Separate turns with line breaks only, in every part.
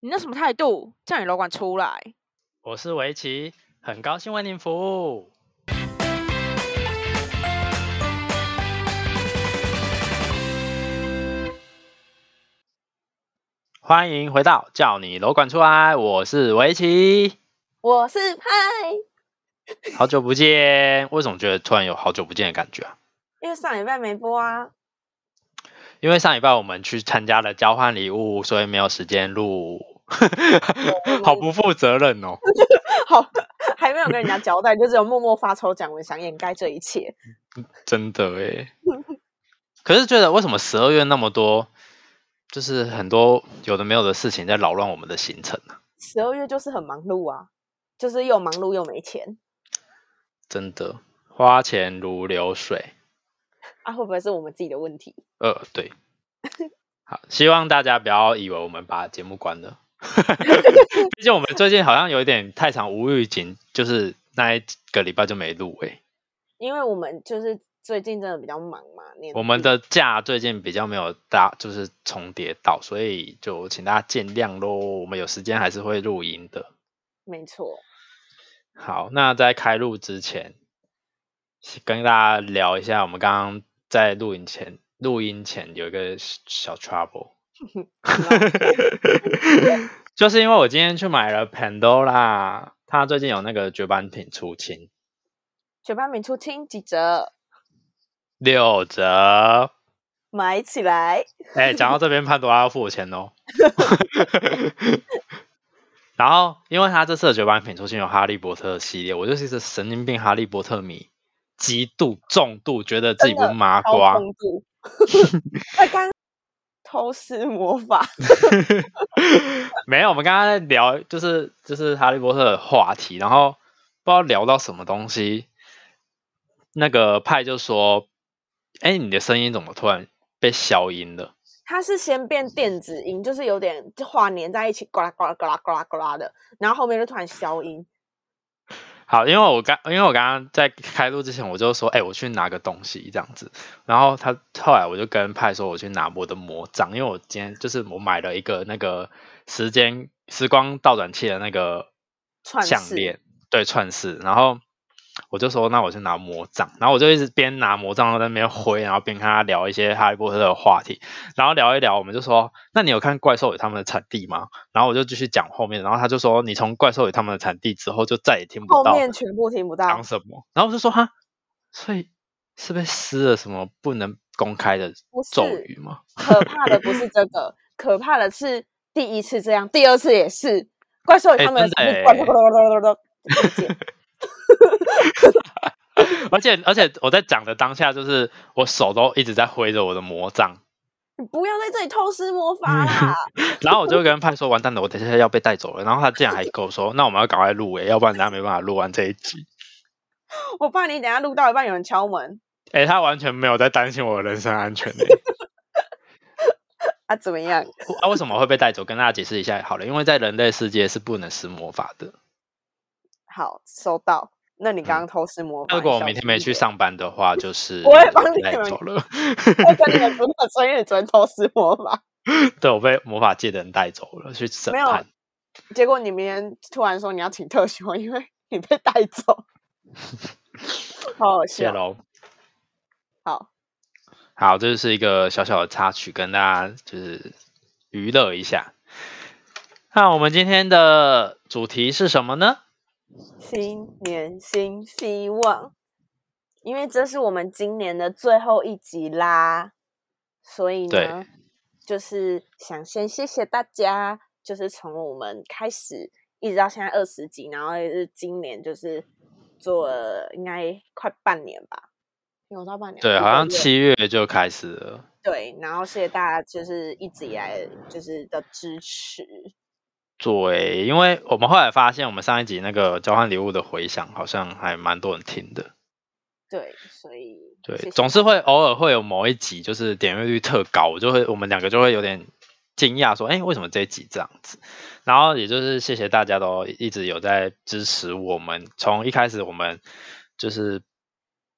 你那什么态度？叫你楼管出来！
我是围棋，很高兴为您服务。欢迎回到叫你楼管出来，我是围棋，
我是派，
好久不见。为什么觉得突然有好久不见的感觉啊？
因为上礼拜没播啊。
因为上礼拜我们去参加了交换礼物，所以没有时间录， 好不负责任哦。
好， 还没有跟人家交代，就只有默默发抽奖文，想掩盖这一切。
真的诶可是觉得为什么十二月那么多，就是很多有的没有的事情在扰乱我们的行程呢、
十二月就是很忙碌啊，就是又忙碌又没钱
真的，花钱如流水。
啊，会不会是我们自己的问题？
呃，对，好，希望大家不要以为我们把节目关了，毕竟我们最近好像有一点太长无预警，就是那一个礼拜就没录欸诶、
因为我们就是最近真的比较忙嘛，年
我们
底
的假最近比较没有搭，就是重叠到，所以就请大家见谅喽。我们有时间还是会录音的。
没错，
好，那在开录之前，跟大家聊一下，我们刚刚在录音前，录音前有一个小小 trouble，就是因为我今天去买了 Pandora，它最近有那个绝版品出清，
全班免出清几折，
六折。
买起来。
哎、讲到这边，潘多拉要付我钱哦。 然后，因为他这次的绝版品出现有《哈利波特》系列，我就是一个神经病哈利波特迷，极度重度觉得自己不是麻
高
瓜。
风 度，哎，刚偷师魔法，
没有，我们刚刚在聊，就是就是哈利波特的话题，然后不知道聊到什么东西，那个派就说：“哎，你的声音怎么突然被消音了？”
它是先变电子音，就是有点就话粘在一起，呱啦呱啦呱啦呱啦呱啦的，然后后面就突然消音。
好，因为我刚因为我刚刚在开录之前，我就说，哎、我去拿个东西这样子。然后他后来我就跟派说，我去拿我的魔杖，因为我今天就是我买了一个那个时间时光倒转器的那个
串
项
饰
链，对串饰。然后我就说，那我去拿魔杖。然后我就一直边拿魔杖在那边挥，然后边跟他聊一些哈利波特的话题。然后聊一聊，我们就说，那你有看《怪兽与他们的产地》吗？然后我就继续讲后面，然后他就说，你从《怪兽与他们的产地》之后就再也听不
后
到
面全部听不到
讲，什么。然后我就说，哈，所以是被施了什么不能公开的
不是
咒语吗？
可怕的不是这个，可怕的是第一次这样，第二次也是。怪兽有
哎
他们的
真的
声音呱啦
哎
呱啦呱啦呱啦呱啦就不 见
而且而且我在讲的当下，就是我手都一直在挥着我的魔杖，
你不要在这里偷师 魔法啦！
然后我就跟派说，完蛋了，我等一下要被带走了。然后他竟然还跟我说，那我们要赶快录诶、要不然等一下没办法录完这一集。
我怕你等一下录到一半有人敲门
诶、他完全没有在担心我的人身安全诶、欸
啊，怎么样？
啊，为什么会被带走？跟大家解释一下好了，因为在人类世界是不能施魔法的。
好，收到。那你刚刚偷师魔法，
嗯那如果我
你小
明
心
天没
一
去
点，
上班的话，就是
我会
被
帮你
带
们
走了。
我跟你们不能所以你昨天偷师魔法，
对我被魔法界的人带走了去审
没有
判。
结果你明天突然说你要请特休，因为你被带 走，好好
谢
笑。
喽。
啊好，
好，这就是一个小小的插曲，跟大家就是娱乐一下。那我们今天的主题是什么呢？
新年新希望，因为这是我们今年的最后一集啦，所以
对
呢，就是想先谢谢大家，就是从我们开始一直到现在二十集，然后也是今年就是做了应该快半年吧，有到半年，一
对，
个
好像
月
七月就开始了。
对，然后谢谢大家就是一直以来就是的支持，
对，因为我们后来发现，我们上一集那个交换礼物的回响好像还蛮多人听的。
对，所以
对，
谢谢
总
大
是会偶尔会有某一集就是点阅率特高，我就会我们两个就会有点惊讶，说，哎，为什么这一集这样子？然后也就是谢谢大家都一直有在支持我们，从一开始我们就是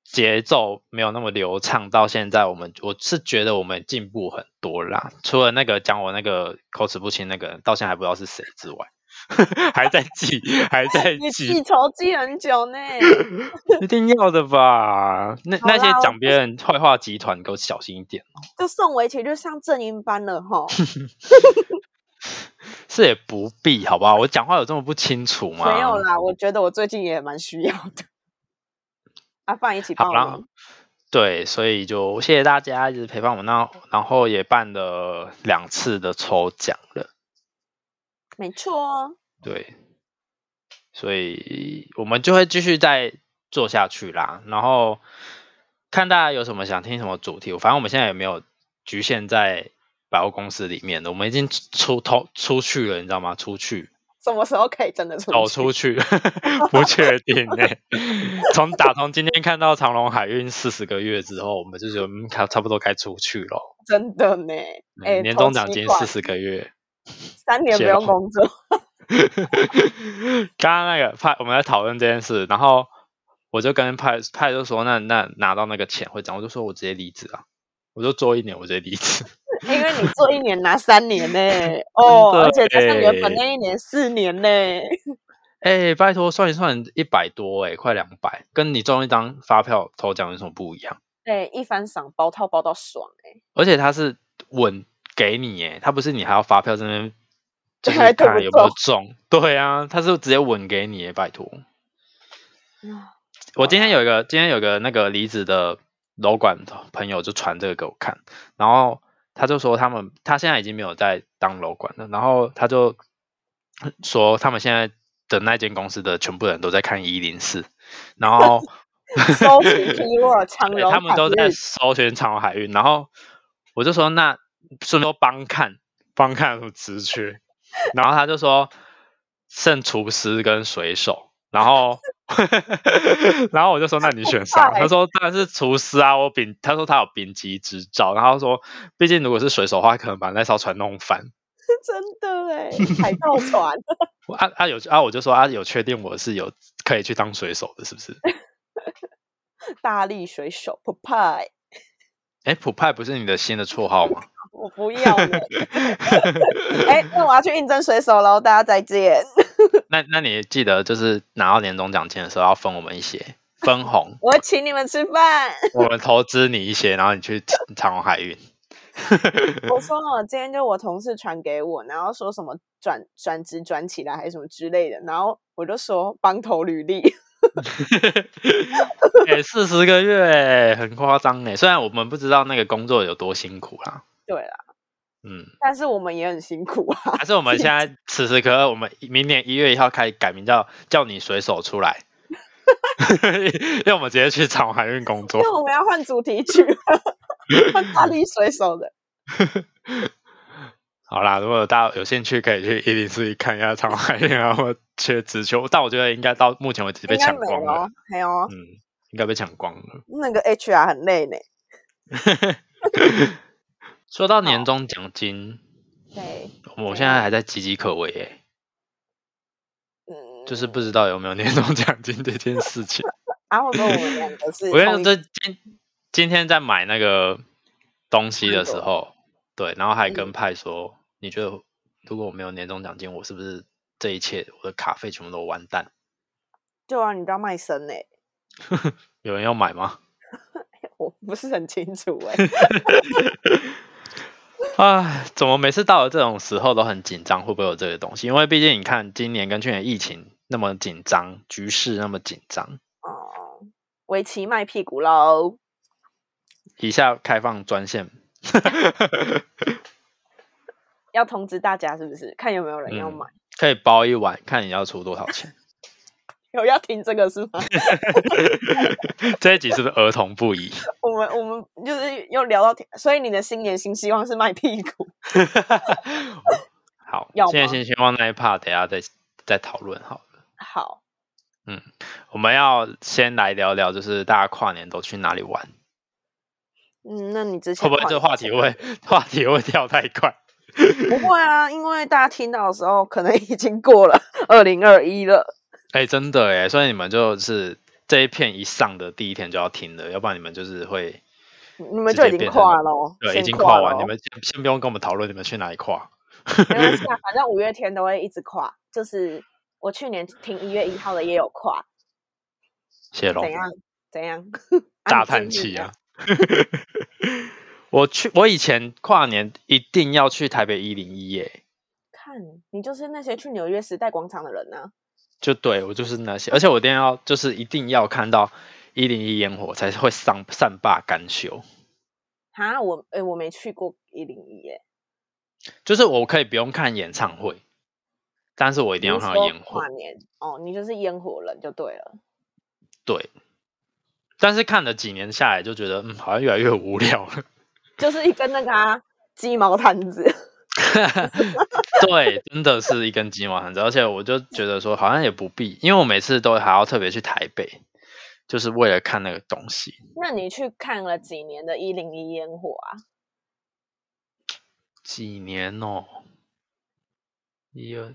节奏没有那么流畅，到现在我们我是觉得我们进步很多啦。除了那个讲我那个口齿不清那个人，到现在还不知道是谁之外， 还在记，还在
你
记
记，仇记很久 呢。
一定要的吧？那
好
那
啦
些
我
讲别人坏话集团，给我小心一点。
就宋维琪就上正音班了哈，
是也不必，好不好？我讲话有这么不清楚吗？
没有啦，我觉得我最近也蛮需要的。阿范一起
好
报
啦
名，，
对，所以就谢谢大家一直陪伴我，那然后也办了两次的抽奖了，
没错哦，
对，所以我们就会继续再做下去啦。然后看大家有什么想听什么主题，反正我们现在也没有局限在百货公司里面的，我们已经出头出去了，你知道吗？出去，
什么时候可以真的出
走
去
出去， 不确定呢、 从打从今天看到长隆海运四十个月之后，我们就觉得嗯，差差不多该出去咯。
真的呢？哎、
嗯年
头
终奖
期
金
款
四十个月。
三年不
谢
用
咯
工作，
刚刚那个派我们在讨论这件事，然后我就跟派派就说，那那拿到那个钱会怎样？我就说我直接离职啊，我就做一年，我直接离职。
因为你做一年拿三年呢、哦，
真的
而且加上原本
欸
那一年四年呢、
哎、拜托算一算，一百多哎、快两百，跟你中一张发票头奖有什么不一样？
对，一番赏包套包到爽哎、
而且他是稳给你耶，他不是你还要发票这边，就
对
是
还对
看
不
有没有中。对啊，他是直接稳给你耶，拜托。我今天有一个，今天有个那个离职的楼管朋友就传这个给我看，然后他就说他们他现在已经没有在当楼管了，然后他就说他们现在的那间公司的全部人都在看一零四，然后
收集 keyword 长
对，
荣
他们
海
都在
运
搜寻长荣海运，然后我就说那顺便帮看帮看有什么职缺，然后他就说剩厨师跟水手，然后 然后我就说那你选啥？
快
他说当然是厨师啊，我丙他说他有丙级执照，然后他说毕竟如果是水手的话，可能把那艘船弄翻。
真的哎、海盗 船
我啊啊有啊，我就说啊有确定我是有可以去当水手的，是不是？
大力水手 p o p e y
哎，普派不是你的新的绰号吗？
我不要了 哎、那我要去应征水手喽，大家再见。，
那那你记得就是拿到年终奖金的时候要分我们一些分红
我请你们吃饭。
我们投资你一些，然后你去长荣海运。
我说了，今天就我同事传给我，然后说什么转转职转起来还是什么之类的，然后我就说帮投履历，
哎、四十个月很夸张哎，虽然我们不知道那个工作有多辛苦啦，
对啦，
嗯，
但是我们也很辛苦啊。
还是我们现在此时刻，我们明年一月一号开始改名叫叫你水手 出来，因为我们直接去长荣海运工作。
那我们要换主题曲了， 换大力水手的。
好啦，如果大家有兴趣，可以去一零四看一下长荣海运，啊然后缺职缺，但我觉得应该到目前为止被
应该
抢
没
光
了
了
哦。，还有哦
嗯，应该被抢光了。
那个 HR 很累呢。
说到年终奖金，
对，
我
怎
现在
样
还在岌岌可危耶，
嗯，
就是不知道有没有年终奖金这件事 情。
啊，会不会我们两个是
我跟
同
你
一
说，今今天在买那个东西的时
水果
候，嗯对，然后还
嗯
跟派说，你觉得如果我没有年终奖金，我是不是这一切我的卡费全部都完蛋？
对啊，你不要卖身呢，
有人要买吗？
我不是很清楚哎。
唉，怎么每次到了这种时候都很紧张？会不会有这个东西？因为毕竟你看，今年跟去年疫情那么紧张，局势那么紧张，
哦，围棋卖屁股喽。
以下开放专线。
要通知大家是不是？看有没有人要
嗯
买，
可以包一碗，看你要出多少 钱。
有要听这个是吗？
这一集是不是儿童不 宜？
我们我们就是又聊到天，所以你的新年新希望是卖屁股，
好
要，
现在
吗
先希望那一 part 等一下再再讨论好了。
好，
我们要先来聊聊，就是大家跨年都去哪里玩？
嗯，那你之前
会不会
换
这
一
话
下
题会话题会跳太快？
不会啊？因为大家听到的时候，可能已经过了二零二一了，
哎、真的哎，所以你们就是这一片一上的第一天就要听了，要不然你们就是会
你们就已经
直接变成
跨了，哦
对
先
已经
跨
跨完，
咯
你们先先不用跟我们讨论你们去哪里跨。
没关系啊，反正五月天都会一直跨。就是我去年听一月一号的也有跨，
谢龙
怎样怎样？ 啊
大叹气啊！！ 我去，我以前跨年一定要去台北一零一耶，
你今年看，你就是那些去纽约时代广场的人啊呢、
就对我就是那些，而且我一定要就是一定要看到一零一烟火才会上善罢甘休，
啊。哈，我哎、我没去过一零一耶，
就是我可以不用看演唱会，但是我一
一
定要看到烟火
跨，年哦，你就是烟火人就对了。
对。但是看了几年下来，就觉得嗯，好像越来越无聊 了。
就是一根那个、啊、鸡毛掸子，
对，真的是一根鸡毛掸子，而且我就觉得说好像也不必，因为我每次都还要特别去台北，就是为了看那个东西。
那你去看了几年的一零一烟火啊？
几年哦？一二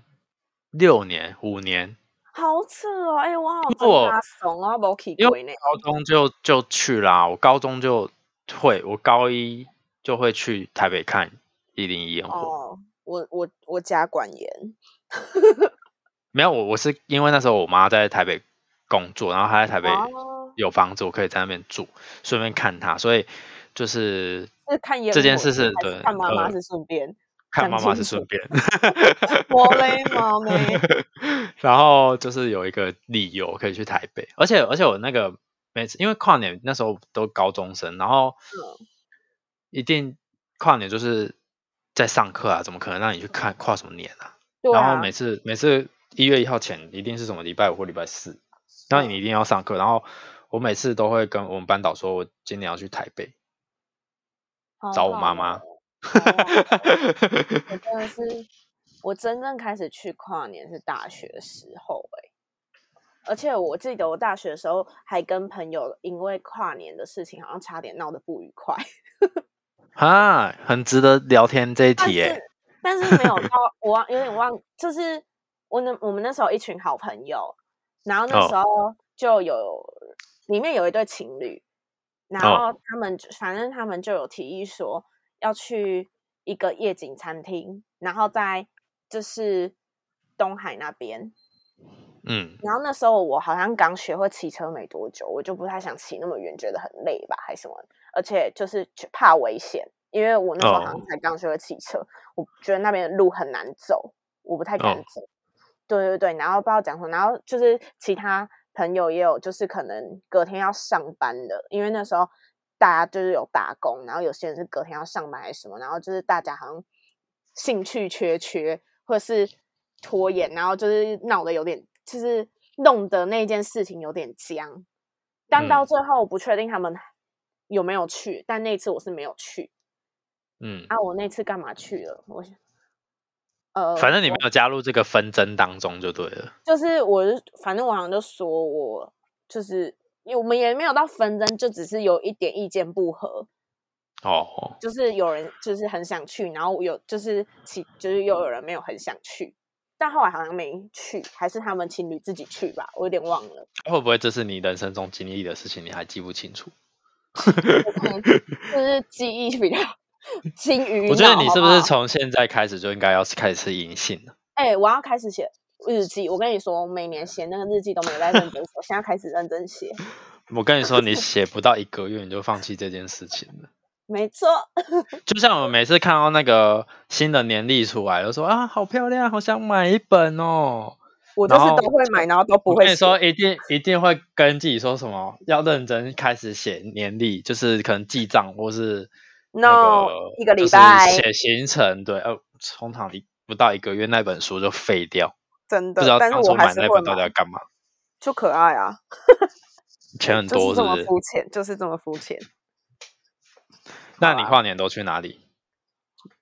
六年五年，
好扯哦！哎、我好
为我
真阿怂啊，没去
因
过
为
呢。
高中就就去啦，我高中就会，我高一就会去台北看一零一烟火。
哦，我我我家管严，
没有，我我是因为那时候我妈在台北工作，然后她在台北
哦
有房子，我可以在那边住，顺便看她，所以就是
是看烟火
这件事是
还
对
看妈妈
呃
是顺便，讲
看妈妈
清
是
楚
顺便。
我嘞 妈嘞，
然后就是有一个理由可以去台北，而且而且我那个每次因为跨年那时候都高中生，然后
嗯
一定跨年就是在上课啊，怎么可能让你去看跨什么年啊？
嗯对
然
啊
后，每次每次一月一号前一定是什么礼拜五或礼拜四，然
嗯
后你一定要上课，然后我每次都会跟我们班导说，我今年要去台北
好
找我
好
妈妈
哦。哦我真的是，我真正开始去跨年是大学的时候哎、而且我记得我大学的时候还跟朋友因为跨年的事情好像差点闹得不愉快，
啊，很值得聊天这一
但
题
是
耶。
啊但是没有到我忘有点忘，就是我那我们那时候一群好朋友，然后那
哦
时候就有里面有一对情侣，然
哦
后他们就反正他们就有提议说要去一个夜景餐厅，然后在就是东海那边，
嗯，
然后那时候我好像刚学会骑车没多久，我就不太想骑那么远，觉得很累吧，还是什么，而且就是去怕危险，因为我那时候
哦
好像才刚学会骑车，我觉得那边的路很难走，我不太敢
哦
走。对对对，然后不知道讲什么，然后就是其他朋友也有，就是可能隔天要上班的，因为那时候大家就是有打工，然后有些人是隔天要上班还是什么，然后就是大家好像兴趣缺缺，或是拖延，然后就是闹得有点，就是弄得那件事情有点僵。但到
嗯
最后，我不确定他们有没有去，但那一次我是没有去。
嗯，
啊，我那次干嘛去了？我想，呃，
反正你
我
没有加入这个纷争当中就对了。
就是我就，反正我好像就说我就是，我们也没有到纷争，就只是有一点意见不合，
哦，
就是有人就是很想去，然后有就是其就是又有人没有很想去，但后来好像没去，还是他们情侣自己去吧，我有点忘了。
会不会这是你人生中经历的事情，你还记不清楚？
我可能就是记忆比较 轻于
我觉得
脑
你
好
是不是
好
从现在开始就应该要开始吃银杏了？
哎、我要开始写日记。我跟你说，我每年写那个日记都没在认真写，我现在开始认真写。
我跟你说，你写不到一个月你就放弃这件事情了。
没错，
就像我每次看到那个新的年历出来，就说啊，好漂亮，好想买一本哦。
我就是
然后
都会买，然后都不
我
会
跟你
写。
说，一定一定会跟自己说什么，要认真开始写年历，就是可能记账或是那
No，
个
一个礼
就是
拜
写行程，对，呃，通常一不到一个月那本书就废掉，
真
不
的
知，道
但是
当
我
初
还
买
是
那
会
本到底
买
要，干嘛，
就可爱啊，
钱很
就是
多是
这么
不是？
肤浅，就是这么肤浅。
那你
啊
跨年都去哪里？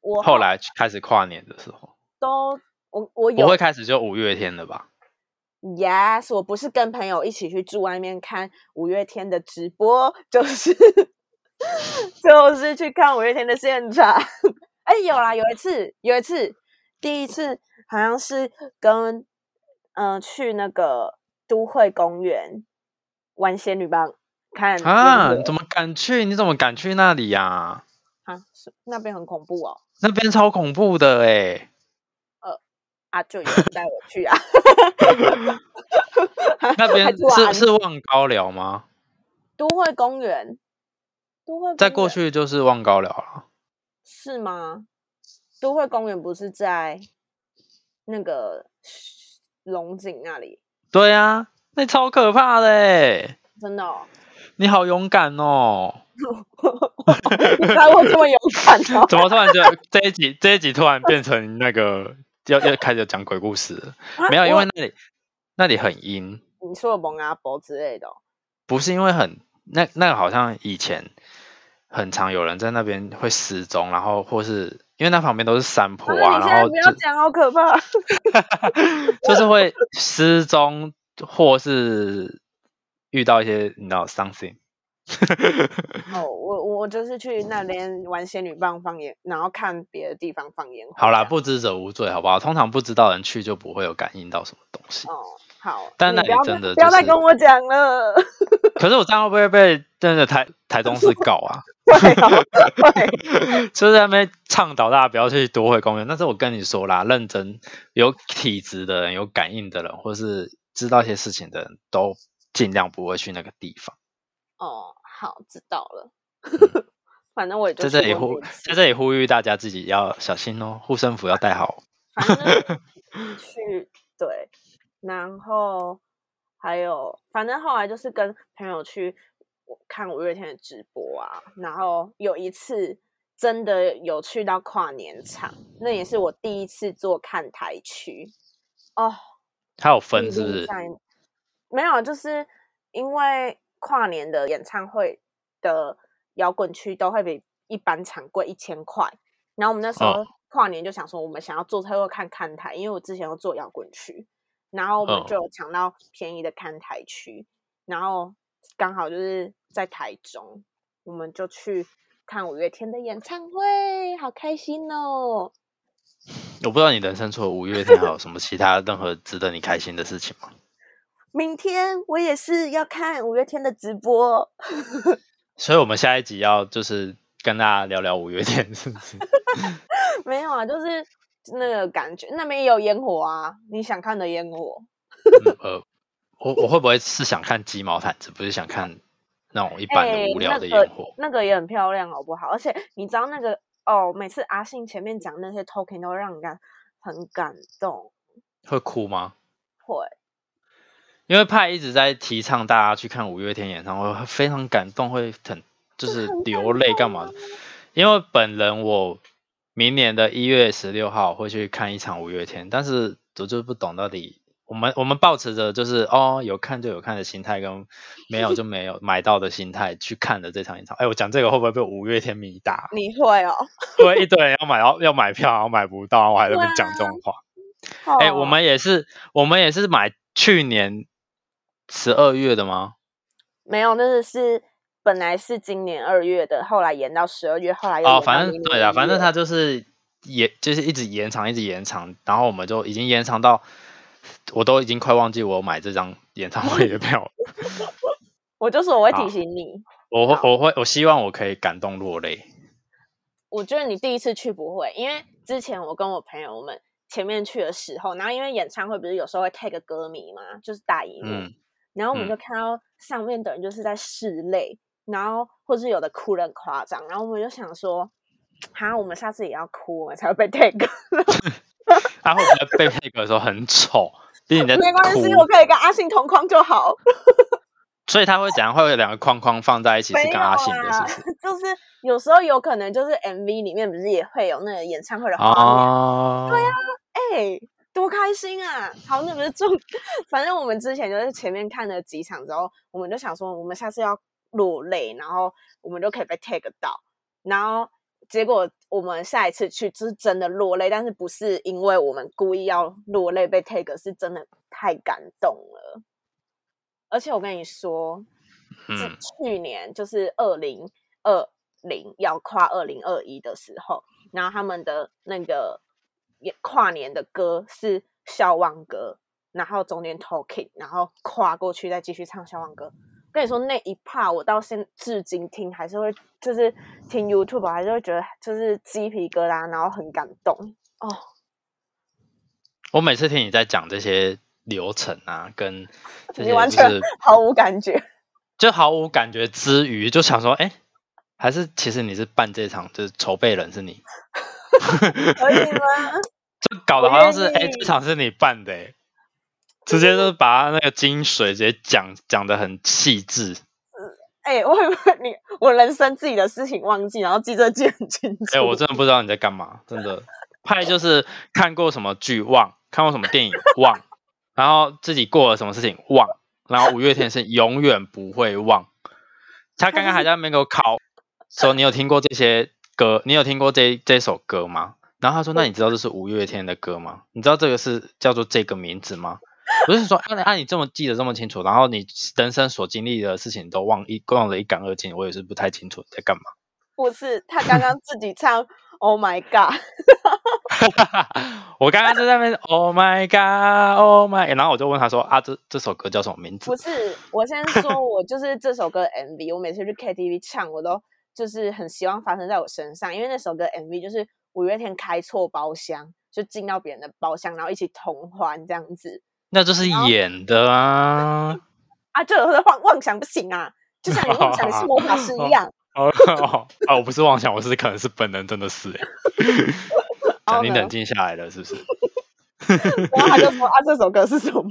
我
后来开始跨年的时候，
都我我
不
有
会开始就五月天了吧？
yes，我不是跟朋友一起去住外面看五月天的直播，就是 就是去看五月天的现场。哎，有啦，有一次，有一次，第一次好像是跟嗯、呃去那个都会公园，玩仙女棒，看
啊，
烟
你
火
怎么敢去？你怎么敢去那里呀、
啊，是那边很恐怖哦。
那边超恐怖的哎、
啊，就有人带我去啊，
那边
还不玩
是是望高寮吗？
都会公园，都会
再
公
过
园
去就是望高寮了。
是吗？都会公园不是在那个龙井那里？
对啊，那超可怕的哎、
真的、哦，
你好勇敢哦！！
你看我这么勇敢哦
怎么突然就这一集这一集突然变成那个要要开始讲鬼故事了？
啊
没有，因
我
为那里那里很阴，
你说的蒙阿伯之类的哦、
不是因为很那那个好像以前很常有人在那边会失踪，然后或是因为那旁边都是山坡
啊，你现
然
在
后
不要
就
讲，好可 怕！
就是会失踪或是遇到一些你知道 something。
哦，我我就是去那边玩仙女棒放烟，然后看别的地方放烟火。
好啦，
这样
不知者无罪，好不好？通常不知道的人去就不会有感应到什么东西。
哦，好，
但
你
那
不
里
要
真
再
的
不要
就
再
是
跟我讲了，
可是我这样会不会被真的台台中市告啊？
对哦， 对，
就是在那边倡导大家不要去多惠公园。但是我跟你说啦，认真有体质的人、有感应的人，或是知道一些事情的人，都尽量不会去那个地方。
哦，好，知道了。 反正我也就
嗯在这
去
里
过那
呼
一次
在这里呼吁大家自己要小心哦，护身符要带好。
反正去对，然后还有，反正后来就是跟朋友去看五月天的直播啊，然后有一次真的有去到跨年场，那也是我第一次做看台区哦，
它有分
历
是不
历
是？
在目没有，就是因为跨年的演唱会的摇滚区都会比一般场贵一千块，然后我们那时
哦
候跨年就想说，我们想要坐车或看看台，因为我之前有做摇滚区，然后我
哦
们就有抢到便宜的看台区，然后刚好就是在台中，我们就去看五月天的演唱会，好开心哦！
我不知道你人生除了五月天还有什么其他任何值得你开心的事情吗？
明天我也是要看五月天的直播。
所以我们下一集要就是跟大家聊聊五月天，是不是？
没有啊，就是那个感觉，那边也有烟火啊，你想看的烟火。
嗯呃，我我会不会是想看鸡毛掸子，不是想看那种一般的
哎
无聊的
那个
烟火？
那个也很漂亮，好不好？而且你知道那个哦，每次阿信前面讲那些 token 都让人家很感动，
会哭吗？
会
因为派一直在提倡大家去看五月天演唱会，会非常感动，会很就是
很
流
感
泪
动啊
干嘛的？因为本人我明年的一月十六号会去看一场五月天，但是我就不懂到底我们我们保持着就是哦有看就有看的心态，跟没有就没有买到的心态去看的这场演唱会。哎，我讲这个会不会被五月天迷打？
你会哦。
对，啊哎一堆人要买要要买票，然后买不到，然后还在那边讲这种话。哎、我
哦
们也是，我们也是买去年十二月的吗？
没有，那个是本来是今年二月的，后来延到十二月，后来又
哦，
延到
反正
明
对
年
啊，
一
反正
月
它就是延，就是一直延长，一直延长，然后我们就已经延长到，我都已经快忘记我买这张演唱会的票了。
我就说我会
好
提醒你，
我会，我会，我希望我可以感动落泪。
我觉得你第一次去不会，因为之前我跟我朋友们前面去的时候，然后因为演唱会不是有时候会 take 歌迷嘛，就是大荧幕，
嗯，
然后我们
嗯
就看到上面的人就是在拭泪，然后或是有的哭得很夸张，然后我们就想说，哈，我们下次也要哭，我们才会被 take。
他啊会不会被配歌的时候很丑？毕竟你在
没关系，
哭
我可以跟阿信同框就好。
所以他会怎样？会有两个框框放在一起，是
没
跟阿
有
信的，是
啦
不是？
就是有时候有可能就是 MV 里面不是也会有啊那个演唱会的画面
哦，对啊，
哎、多开心啊！好，那不是重，反正我们之前就是前面看了几场之后，我们就想说，我们下次要落泪，然后我们就可以被 tag 到。然后结果我们下一次去就是真的落泪，但是不是因为我们故意要落泪被 tag，是真的太感动了。而且我跟你说，是
嗯
去年就是二零二零要跨二零二一的时候，然后他们的那个也跨年的歌是笑忘歌，然后中间 talking，然后跨过去再继续唱笑忘歌。跟你说那一 part 我到现至今听还是会就是听 YouTube 还是会觉得就是鸡皮疙瘩，然后很感动哦。
我每次听你在讲这些流程啊，跟这
你
些
完
就
全
是
毫无感觉，
就毫无感觉之余，就想说，哎、还是其实你是办这场，就是筹备人是你，
可以吗？
就搞
我
得好像
愿
是，哎、
意
这场是你办的、欸，直接就是把他那个精髓直接讲讲的很细致。
哎、我会不会你我人生自己的事情忘记，然后记这记很清楚。
哎、我真的不知道你在干嘛，真的。派就是看过什么剧忘，看过什么电影忘，然后自己过了什么事情忘，然后五月天是永远不会忘。他刚刚还在那边给我考，说你有听过这些歌，你有听过这这首歌吗？然后他说，那你知道这是五月天的歌吗？你知道这个是叫做这个名字吗？我就是说，按、啊、按、你这么记得这么清楚，然后你人生所经历的事情都忘一忘得一干二净，我也是不太清楚你在干嘛。
不是他刚刚自己唱 Oh my God，
我刚刚就在那边，Oh my God，Oh my，然后我就问他说啊，这这首歌叫什么名字
不？是，我先说，我就是这首歌的 MV，我每次去 KTV 唱，我都就是很希望发生在我身上，因为那首歌的 MV 就是五月天开错包厢，就进到别人的包厢，然后一起同欢这样子
那就是演的啊。
啊，这种是妄妄想不行啊，就像你妄想你是魔法师一 样。
哦哦啊，我不是妄想，我是可能是本人真的是、欸。
然后
讲你
呢
冷静下来了是不是？
然后他就 说啊，这首歌是什么？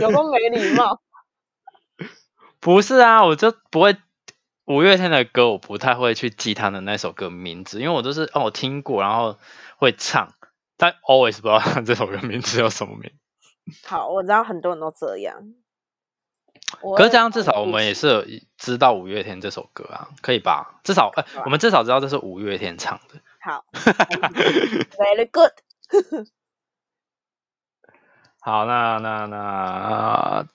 有多没礼貌？
不是啊，我就不会五月天的歌，我不太会去记他的那首歌名字，因为我都是哦我听过，然后会唱，但 always 不知道他这首歌名字叫什么名字。
好，我知道很多人都这样。我
可是
也
这样至
同
少我
意
们也是有知道五月天这首歌啊，可以吧？至少呃
吧，
我们至少知道这是五月天唱的。
好，very good。
好，那那
哎
那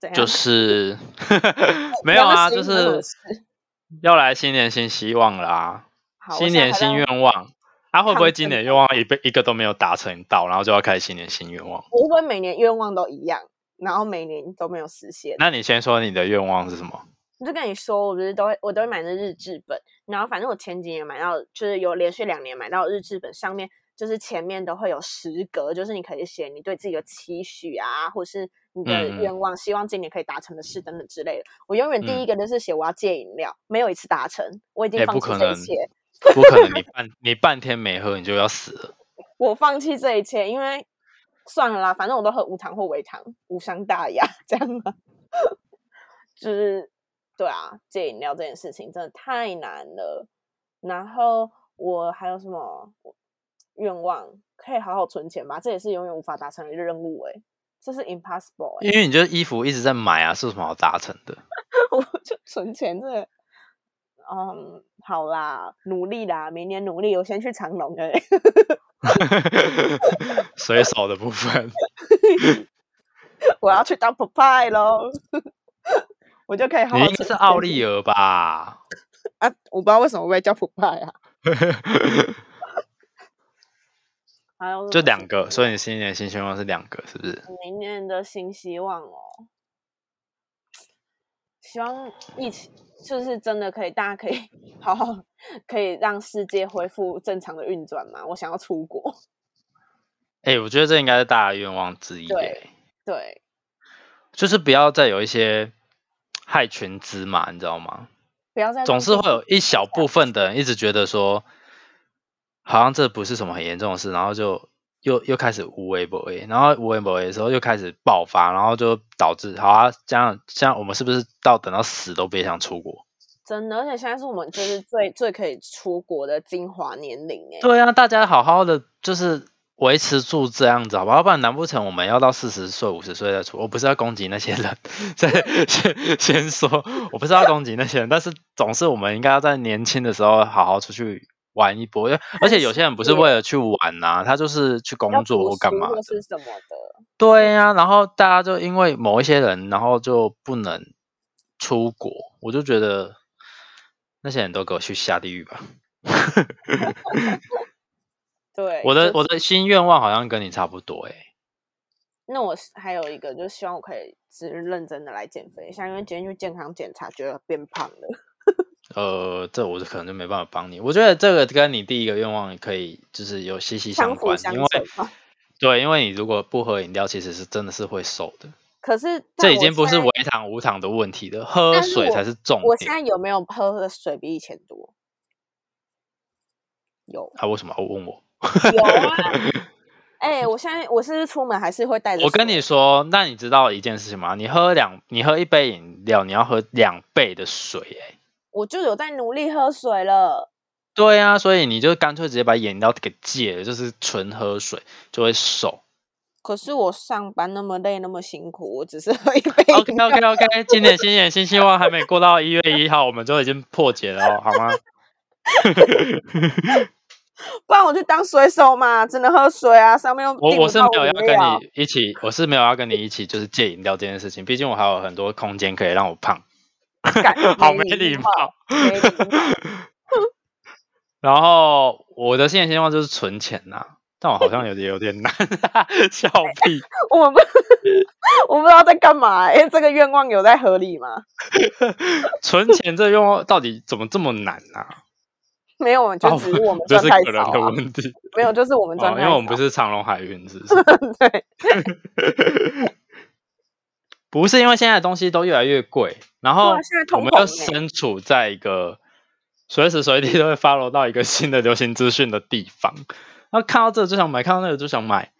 怎样
就是 没
你要不要
有啊，
试
就
一下我
是要来新年新希望啦，
好我
新
现在
年
还
新
在
愿望。啊，会不会今
亢奋
年愿望一被一个都没有达成到，然后就要开始新年新愿望？
我会不会每年愿望都一样，然后每年都没有实现？
那你先说你的愿望是什么？
我就跟你说，我不是都会我都会买那日志本，然后反正我前几年买到，就是有连续两年买到日志本，上面就是前面都会有十格，就是你可以写你对自己的期许啊，或是你的
嗯
愿望，希望今年可以达成的事等等之类的。我永远第
嗯
一个就是写我要戒饮料，没有一次达成，我已经
哎
放
不
弃
可
这一
能
切。
不可能，你半你半天没喝你就要死 了。
我放弃这一切，因为算了啦，反正我都喝无糖或微糖，无伤大雅，这样吗？ 就是对啊，戒饮料这件事情真的太难了。然后我还有什么愿望？可以好好存钱吧，这也是永远无法达成的任务诶、这是 impossible 欸诶、
因为你就衣服一直在买啊，是有什么好达成的？
我就存钱这，嗯，好啦，努力啦，明年努力，我先去长隆欸诶、
水手的部分，
我要去当 p o p e 喽， 我就可以好
你
好
应该
吃
是奥利尔吧？
啊！我不知道为什么会叫 p o p e 啊，还有
就两个，所以你新年新希望是两个，是不是？
明年的新希望哦，希望疫情就是真的可以，大家可以好好可以让世界恢复正常的运转嘛。我想要出国，
哎、我觉得这应该是大家的愿望之一耶、
对对，
就是不要再有一些害群之马，你知道吗？
不要再
总
让
是
自
会有
己
一小部分的人一直觉得说，好像这不是什么很严重的事，然后就又又开始无为不为，然后无为不为的时候又开始爆发，然后就导致好啊，这样这样我们是不是到等到死都别想出国？
真的，而且现在是我们就是最最可以出国的精华年龄哎、
对啊，大家好好的就是维持住这样子，好吧？要不然难不成我们要到四十岁、五十岁再出？我不是要攻击那些人， 先先先说，我不是要攻击那些人，但是总是我们应该要在年轻的时候好好出去玩一波，因为而且有些人不是为了去玩呐、他就是去
要
工作
读
或干
书
嘛
或
的。
是什么的，
对呀、然后大家就因为某一些人，然后就不能出国，我就觉得那些人都给我去下地狱吧。
对，
我
就
欸的我的新愿望好像跟你差不多哎、
那我是还有一个就是希望我可以只认真的来减肥，像因为今天去健康检查，觉得变胖了。
呃，这我就可能就没办法帮你。我觉得这个跟你第一个愿望可以就是有息息
相辅
关，
相
因为
成嘛。
对，因为你如果不喝饮料，其实是真的是会瘦的。
可是
这
但
已
我
经不
现
是
在
微糖无糖的问题了，喝
但是
水
我
才是重
我现
点
在有没有喝的水比以前多？ 有
啊！为什么要问我？
有啊！哎、我现在我是不是出门还是会带着水？
我跟你说，那你知道一件事情吗？你喝两，你喝一杯饮料，你要喝两倍的水、欸，
我就有在努力喝水了。
对啊，所以你就干脆直接把饮料给戒了，就是纯喝水就会瘦。
可是我上班那么累，那么辛苦，我只是喝一杯
OK
饮料
OK OK，今年新年新希望还没过到一月一号，我们就已经破解了哦，好吗？
不然我去当水手嘛，只能喝水啊。上面又
我
订
我
不
是
到
没有要
饮
跟
料
你一起，我是没有要跟你一起就是戒饮料这件事情，毕竟我还有很多空间可以让我胖，
干
好
没
没礼貌。
没礼貌
然后我的新年希望就是存钱呐、但我好像有点有点难， 笑屁。
我们不，我不知道在干嘛、哎、这个愿望有在合理吗？
存钱这愿望到底怎么这么难啊？
没有，就只是我们
哦这
赚
是
太
个人
少、
的
啊。
问题
没有，就是我们
哦
赚，
因
太少。
为我们不是长隆海运，是不是？
对，
不是因为现在的东西都越来越贵，然后
对啊现在
我
通
们
膨
又
欸
身处在一个随时随地都会 follow 到一个新的流行资讯的地方， 然后看到这个就想买，看到那个就想买，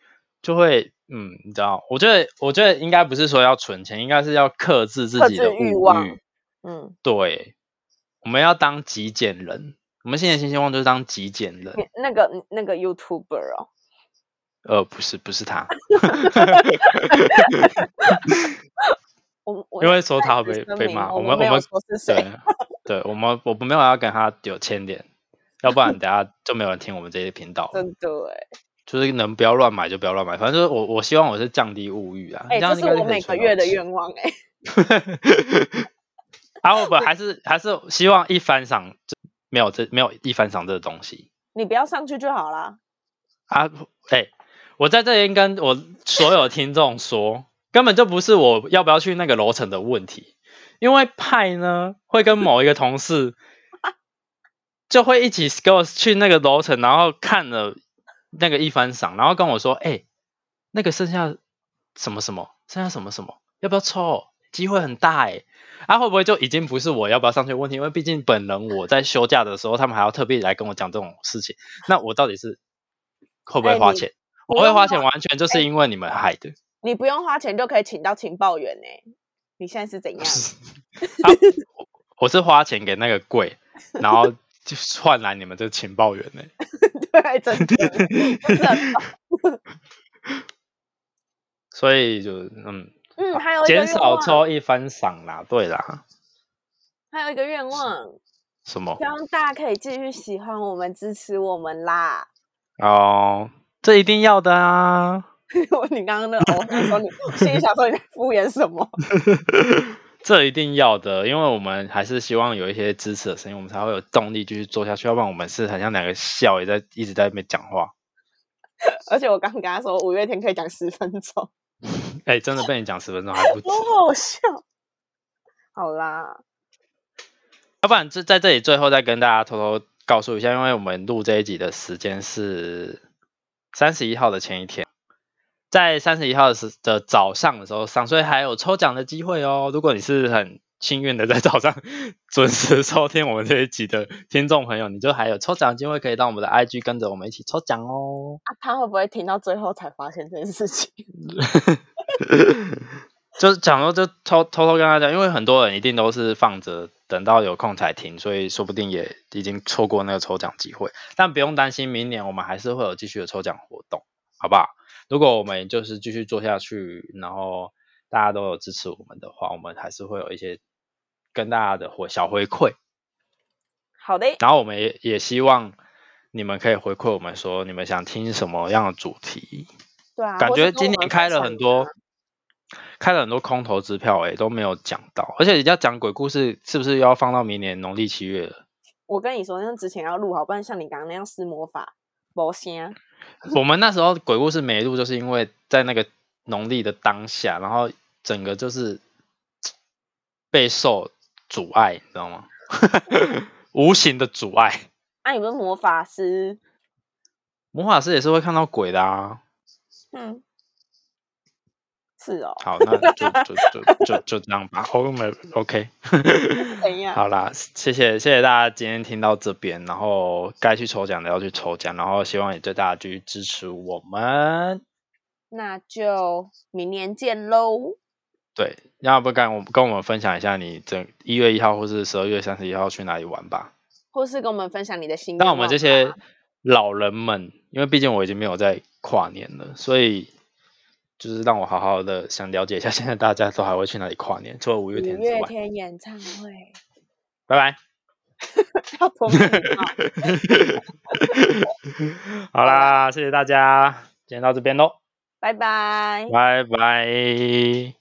就会嗯，你知道，我觉得我觉得应该不是说要存钱，应该是要克制自
克
己
制
的
欲
物
望
欲。
嗯，
对，我们要当极简人。我们现在新希望就是当极简人，
你那个那个 YouTuber 哦，
呃，不是不是他，
我我
因为说他
再
会
次
被
声
被
明哦
骂，
我
们
没
我
有
们
说是谁，
对，对我们我们没有要跟他有牵连，要不然等下就没有人听我们这些频道了。
真的哎、
就是能不要乱买就不要乱买，反正就是我我希望我是降低物欲啊，
哎、
这样
这
应
是
该
我
可以
每个
存到
月的
钱。
愿望哎、
啊，我本还是还是希望一番赏就没有这没有一番赏这个东西
你不要上去就好啦。
啊，哎、我在这边跟我所有听众说，根本就不是我要不要去那个楼层的问题，因为派呢会跟某一个同事就会一起跟我去那个楼层，然后看了那个一番赏，然后跟我说：“哎、那个剩下什么什么，剩下什么什么，要不要抽？机会很大哎、啊，会不会就已经不是我要不要上去的问题？因为毕竟本人我在休假的时候，他们还要特别来跟我讲这种事情。那我到底是会不会
哎
花
你
钱？
不
我会
用
花
花
钱，哎完全就是因为你们害的。
你不用花钱就可以请到情报员哎、你现在是 怎样？
啊我我是花钱给那个贵，然后就是换来你们这情报员呢、
对，真的，真的。
所以就嗯，
嗯，还有一个
减
愿
少
望，
抽一番赏啦，对啦，
还有一个愿望，
什么
希望大家可以继续喜欢我们、支持我们啦。
哦，这一定要的啊，
我你刚刚那个，我想说你，我心里想说你在敷衍什么？
这一定要的，因为我们还是希望有一些支持的声音，我们才会有动力继续做下去，要不然我们是很像两个笑也在一直在那边讲话。
而且我刚跟他说，五月天可以讲十分钟，
哎、真的被你讲十分钟还不止，
好好笑。好啦，
要不然就在这里最后再跟大家偷偷告诉一下，因为我们录这一集的时间是三十一号的前一天，在三十一号的时的早上的时候上，所以还有抽奖的机会哦。如果你是很幸运的在早上 准时收听我们这一集的听众朋友，你就还有抽奖机会，可以到我们的 IG 跟着我们一起抽奖哦。
啊，他会不会听到最后才发现这件事情？
就是讲说就偷偷偷跟他讲，因为很多人一定都是放着等到有空才听，所以说不定也已经错过那个抽奖机会。但不用担心，明年我们还是会有继续的抽奖活动，好不好？如果我们就是继续做下去，然后大家都有支持我们的话，我们还是会有一些跟大家的回小回馈。
好的，
然后我们也也希望你们可以回馈我们说你们想听什么样的主题，
对啊，
感
或是
觉
跟
今
我
年
们
开
分
了
享
很
啊
多，开了很多空头支票、欸，都没有讲到，而且人家讲鬼故事是不是又要放到明年农历七月了？
我跟你说，那之前要录好，不然像你刚刚那样施魔法，魔仙。
我们那时候鬼故事没录，就是因为在那个农历的当下，然后整个就是备受阻碍，你知道吗？ 无形的阻碍。
那、啊你们魔法师，
魔法师也是会看到鬼的啊。
嗯，是 哦，
好，那就就就就就这样吧。后面 OK。
怎样？
好啦，谢谢谢谢大家今天听到这边，然后该去抽奖的要去抽奖，然后希望也对大家继续支持我们。
那就明年见喽。
对，要不跟我跟我们分享一下你整一月一号或是十二月三十一号去哪里玩吧？
或是跟我们分享你的心愿
那
望吧。
我们这些老人们，因为毕竟我已经没有在跨年了，所以就是让我好好的想了解一下，现在大家都还会去哪里跨年？除了五
五
月天之
月
外，
天演唱会
拜 拜。
要多 么好
好啦，谢谢大家，今天到这边喽，
拜拜。
拜拜。